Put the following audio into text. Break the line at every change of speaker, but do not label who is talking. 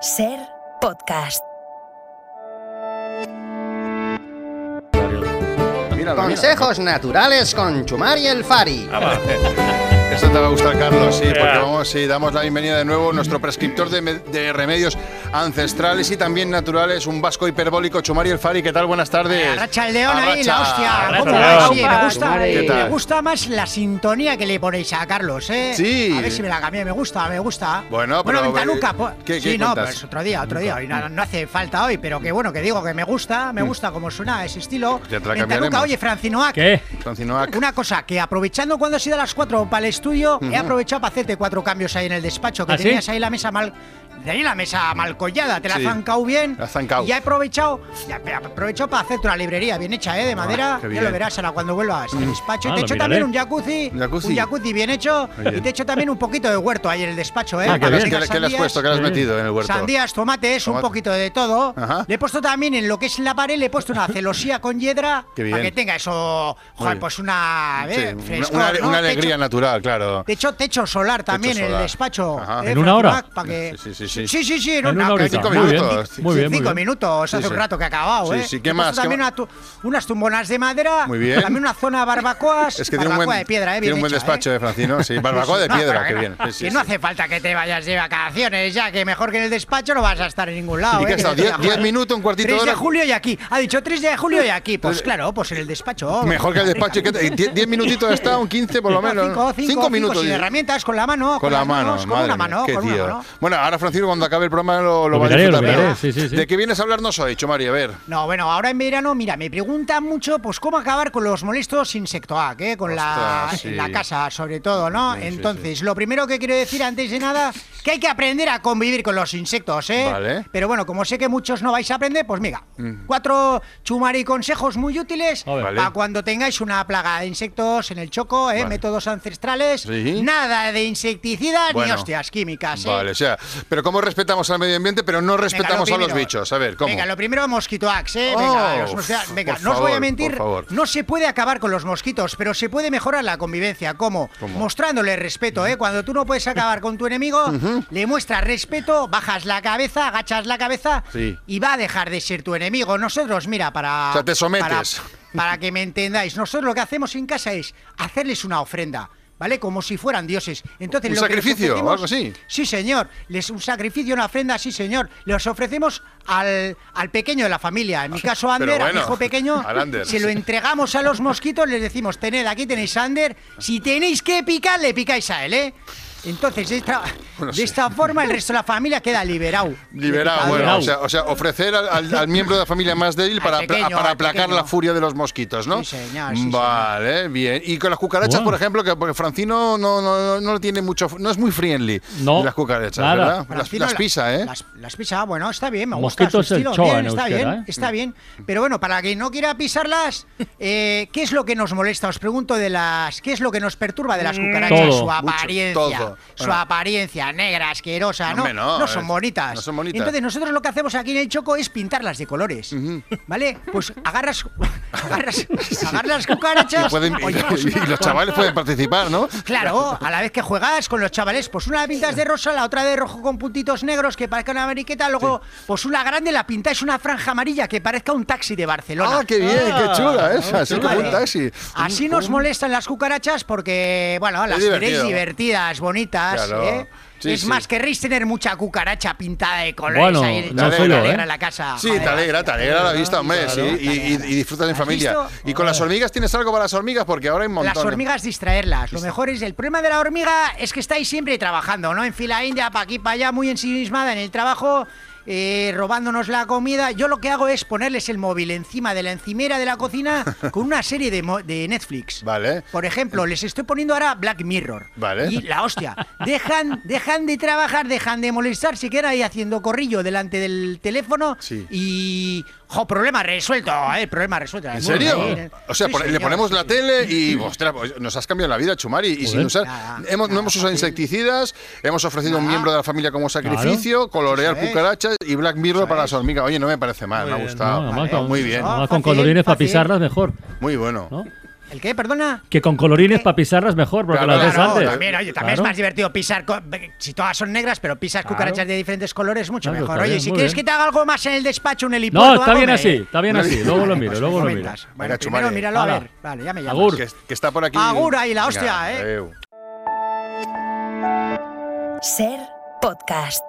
Ser podcast.
Míralo,
Consejos naturales con Chumari el Fari.
mira. Esto te va a gustar, Carlos, sí, porque vamos, sí, damos la bienvenida de nuevo a nuestro prescriptor de, me- de remedios ancestrales y también naturales, un vasco hiperbólico, Chumari El Fari. ¿Qué tal? Buenas tardes.
Racha el león ahí, la hostia.
Arracha.
Ah, ¿Cómo
Arracha.
va? Sí, me gusta, eh,
Chumari.
¿Qué tal?
me gusta más la sintonía que le ponéis a Carlos, ¿eh?
Sí.
A ver si me la cambié, me gusta, me gusta.
Bueno,
bueno
pero,
Ventanuca,
eh,
po-
¿qué-
sí,
qué
no,
cuentas? Mm.
pues otro día, otro día. Hoy no, no hace falta hoy, pero que bueno, que digo que me gusta, me gusta como suena ese estilo.
Pues Ya te la
Ventanuca,
cambiaremos.
oye, Francinoac.
¿Qué?
Francinoac.
Una cosa, que aprovechando cuando ha sido a las 4 para el estudio, he aprovechado para hacerte cuatro cambios ahí en el despacho, que
¿Ah, sí?
tenías ahí la mesa mal. Tenías la mesa mal collada, te la
Sí,
zancao bien.
la has zancao.
Y ya he aprovechado, ya he aprovechado para hacerte una librería bien hecha, ¿eh? De madera.
Ah, qué
ya
bien. Mm.
lo verás ahora cuando vuelvas al
Ah,
despacho. y te he
lo
hecho
miraré.
también un jacuzzi,
¿Un jacuzzi?
Un jacuzzi bien hecho.
Oye.
Y te he hecho también un poquito de huerto ahí en el despacho, ¿eh?
¿Qué,
Ah, qué
Para
le has- qué le-
que tengas
qué le has
sandías,
puesto? ¿Qué le has
Bien.
metido en el huerto?
Sandías, tomates,
Tomate.
un poquito de todo.
Ajá.
Le he puesto también en lo que es la pared, le he puesto una celosía con hiedra
Qué bien.
para que tenga eso, joder,
bien.
pues una,
Sí,
eh,
una-
frescor,
una,
¿no?
una alegría
Techo-
natural, claro.
Techo, techo solar también en
solar.
el despacho. ¿eh?
Ajá.
¿En una hora?
Frank, para que-
Sí, sí, sí, sí.
sí, sí,
En una
no,
horita.
cinco
no,
muy bien.
minutos.
Muy bien, muy
cinco
bien.
minutos,
Sí,
hace
sí.
un rato que ha acabado,
Sí,
¿eh?
sí, ¿qué
He
más?
puesto
¿Qué
También
más?
una tu- unas tumbonas de madera,
Muy bien.
también una zona de barbacoas,
Es que tiene un
barbacoa
buen,
de piedra,
tiene
¿eh? Bien
un buen
hecha, ¿eh?
despacho, ¿eh, Francino? Sí, barbacoa de
No,
piedra,
pero
qué
que
bien.
no-
Sí, sí,
que no
sí.
hace falta que te vayas de vacaciones ya, que mejor que en el despacho no vas a estar en ningún lado.
¿Y qué
¿eh?
ha estado?
Que te
¿Diez-
la
diez
juegas.
minutos, un cuartito de
3 de
hora?
julio y aquí. Ha dicho 3 de julio y aquí. Pues claro, pues en el despacho.
Mejor que el despacho. ¿y qué te- die- ¿Diez minutitos está? ¿Un quince por lo
No,
menos?
cinco, cinco,
Cinco
cinco,
minutos.
Sin
diez.
herramientas, con la mano.
Con la
las
mano,
manos, Con
madre
una
mía,
mano,
qué
con una
tío.
mano.
Bueno, ahora Francisco cuando acabe el programa lo, lo va a
miraré, lo
disfrutar.
miraré,
¿verdad?
sí, sí, sí.
¿De qué vienes a hablarnos hoy, Chumari? A ver.
No, bueno, ahora en verano, mira, me preguntan mucho, pues, cómo acabar con los molestos insectoac, ¿eh? Con la,
Ostras, sí.
la casa, sobre todo, ¿no?
Sí, sí,
Entonces, lo primero que quiero decir antes de nada, que hay que aprender a convivir con los insectos, ¿eh?
Vale. Mm.
Pero bueno, como sé que muchos no vais a aprender, pues mira, cuatro chumari consejos muy útiles
A ver.
Vale.
para cuando tengáis una plaga de insectos en el choco, ¿eh?
Vale.
Métodos ancestrales,
Sí.
nada de insecticida
Bueno.
ni hostias químicas, ¿eh?
Vale, o sea, pero cómo respetamos al medio ambiente, pero no
Venga,
respetamos
lo
a los
primero.
bichos. A ver, ¿cómo?
Venga, lo primero mosquito axe, ¿eh?
Oh,
Venga, los mosquito-
uf,
venga,
por
no os voy
favor,
a mentir,
por favor.
no se puede acabar con los mosquitos, pero se puede mejorar la convivencia. ¿Cómo?
¿Cómo?
Mostrándole respeto, ¿eh? Cuando tú no puedes acabar con tu enemigo, le muestras respeto, bajas la cabeza, agachas la cabeza
Sí.
y va a dejar de ser tu enemigo. Nosotros, mira, para...
O sea, te sometes.
para- para que me entendáis, nosotros lo que hacemos en casa es hacerles una ofrenda, ¿vale? Como si fueran dioses. Entonces,
¿Un
lo que les
sacrificio o
ofrecemos-
algo así?
Sí, señor. Les un sacrificio, una ofrenda, sí, señor. Los ofrecemos al, al pequeño de la familia. En mi caso, a
Pero
Ander, a
bueno,
mi hijo pequeño,
al Ander,
se lo
sí.
entregamos a los mosquitos, les decimos, tened, aquí tenéis a Ander. Si tenéis que picar, le picáis a él, ¿eh? Entonces, de esta,
Bueno,
de
sí.
esta forma, el resto de la familia queda liberado.
Liberado,
De
bueno,
picadura.
o sea, o sea, ofrecer al, al- al miembro de la familia más débil
Al
para, apla-
pequeño,
para
al
aplacar
pequeño.
la furia de los mosquitos, ¿no?
Sí, señor, sí,
vale, bien. Y con las cucarachas,
Guau.
por ejemplo, que porque Francino no, no, no, no tiene mucho, no es muy friendly.
No,
Las cucarachas,
nada.
¿verdad? Las,
Francino,
las
la-
pisa, ¿eh?
Las, las pisa, bueno, está bien, me gusta
Mosquito
su
es el
estilo.
Choa
bien,
en
está
euskera,
bien,
¿eh?
está bien. Pero bueno, para quien no quiera pisarlas, eh, ¿qué es lo que nos molesta? Os pregunto de las, ¿qué es lo que nos perturba de las cucarachas?
Mm. todo.
su
Mucho,
apariencia,
todo.
su
Bueno.
apariencia negra, asquerosa, ¿no?
Hombre, no,
son
es-
bonitas.
no son bonitas.
Entonces nosotros lo que hacemos aquí en el Choco es pintarlas de colores, ¿vale? Pues agarras, agarras, agarras las cucarachas.
Y, pueden- y-
Oye, pues,
y los chavales pueden participar, ¿no?
Claro, a la vez que juegas con los chavales, pues una la pintas de rosa, la otra de rojo con puntitos negros que parezca una mariqueta, luego pues una grande la pintáis una franja amarilla que parezca un taxi de Barcelona.
Ah, qué bien, qué chula esa, así como
Vale.
un taxi.
Así nos molestan las cucarachas porque, bueno, las
divertido.
queréis divertidas, bonitas,
Claro.
¿eh?
Sí,
es
sí.
más, querréis tener mucha cucaracha pintada de colores
Bueno,
ahí en
no
la
soy yo,
alegra
¿eh?
la casa.
Sí,
Joder,
te alegra, te alegra la vista, hombre,
claro.
sí, y, y- y disfrutas en
¿Has
familia.
visto?
Y con las hormigas tienes algo para las hormigas, porque ahora hay un montón.
Las hormigas distraerlas. Lo mejor es el problema de la hormiga es que estáis siempre trabajando, ¿no? En fila india, para aquí, para allá, muy ensimismada en el trabajo. eh, robándonos la comida, yo lo que hago es ponerles el móvil encima de la encimera de la cocina con una serie de, mo- de Netflix.
Vale.
Por ejemplo, les estoy poniendo ahora Black Mirror.
Vale.
Y la hostia, dejan, dejan de trabajar, dejan de molestar, se quedan ahí haciendo corrillo delante del teléfono
Sí.
y... Jo, problema resuelto, eh, problema resuelto.
¿En
Muy
serio?
bien.
O sea,
Sí,
pon- le
señor,
ponemos
sí,
la
sí.
tele y, ostras, pues, nos has cambiado la vida, Chumari. Y sin
Joder.
usar,
Nada,
hemos, no
nada,
hemos usado
fácil.
insecticidas, hemos ofrecido a un miembro de la familia como sacrificio, colorear
Eso es.
cucarachas y Black Mirror
Eso
para
es.
las hormigas. Oye, no me parece mal, me ha
No,
gustado.
además
Vale,
con-
Muy bien,
no.
además con
fácil,
colorines para
fácil.
pisarlas mejor,
muy bueno.
¿no?
¿El qué? Perdona.
Que con colorines para pisarlas mejor, porque
Claro,
las ves
claro,
antes.
también, oye,
Claro.
también es más divertido pisar, co- si todas son negras, pero pisas
Claro.
cucarachas de diferentes colores mucho
Claro,
mejor.
está
Oye,
bien,
si
muy
quieres
bien.
que te haga algo más en el despacho, un helipuerto
No,
o
está
algo,
bien
me-
así, está bien así. Luego lo miro,
eh. Pues
luego
me
lo miro.
comentas. Bueno,
Venga,
primero
Chumare.
míralo, a
Hala.
ver. Vale, ya me llamas.
Agur.
Que, que está por aquí.
Agur ahí, la hostia, eh.
adeu.
Ser podcast.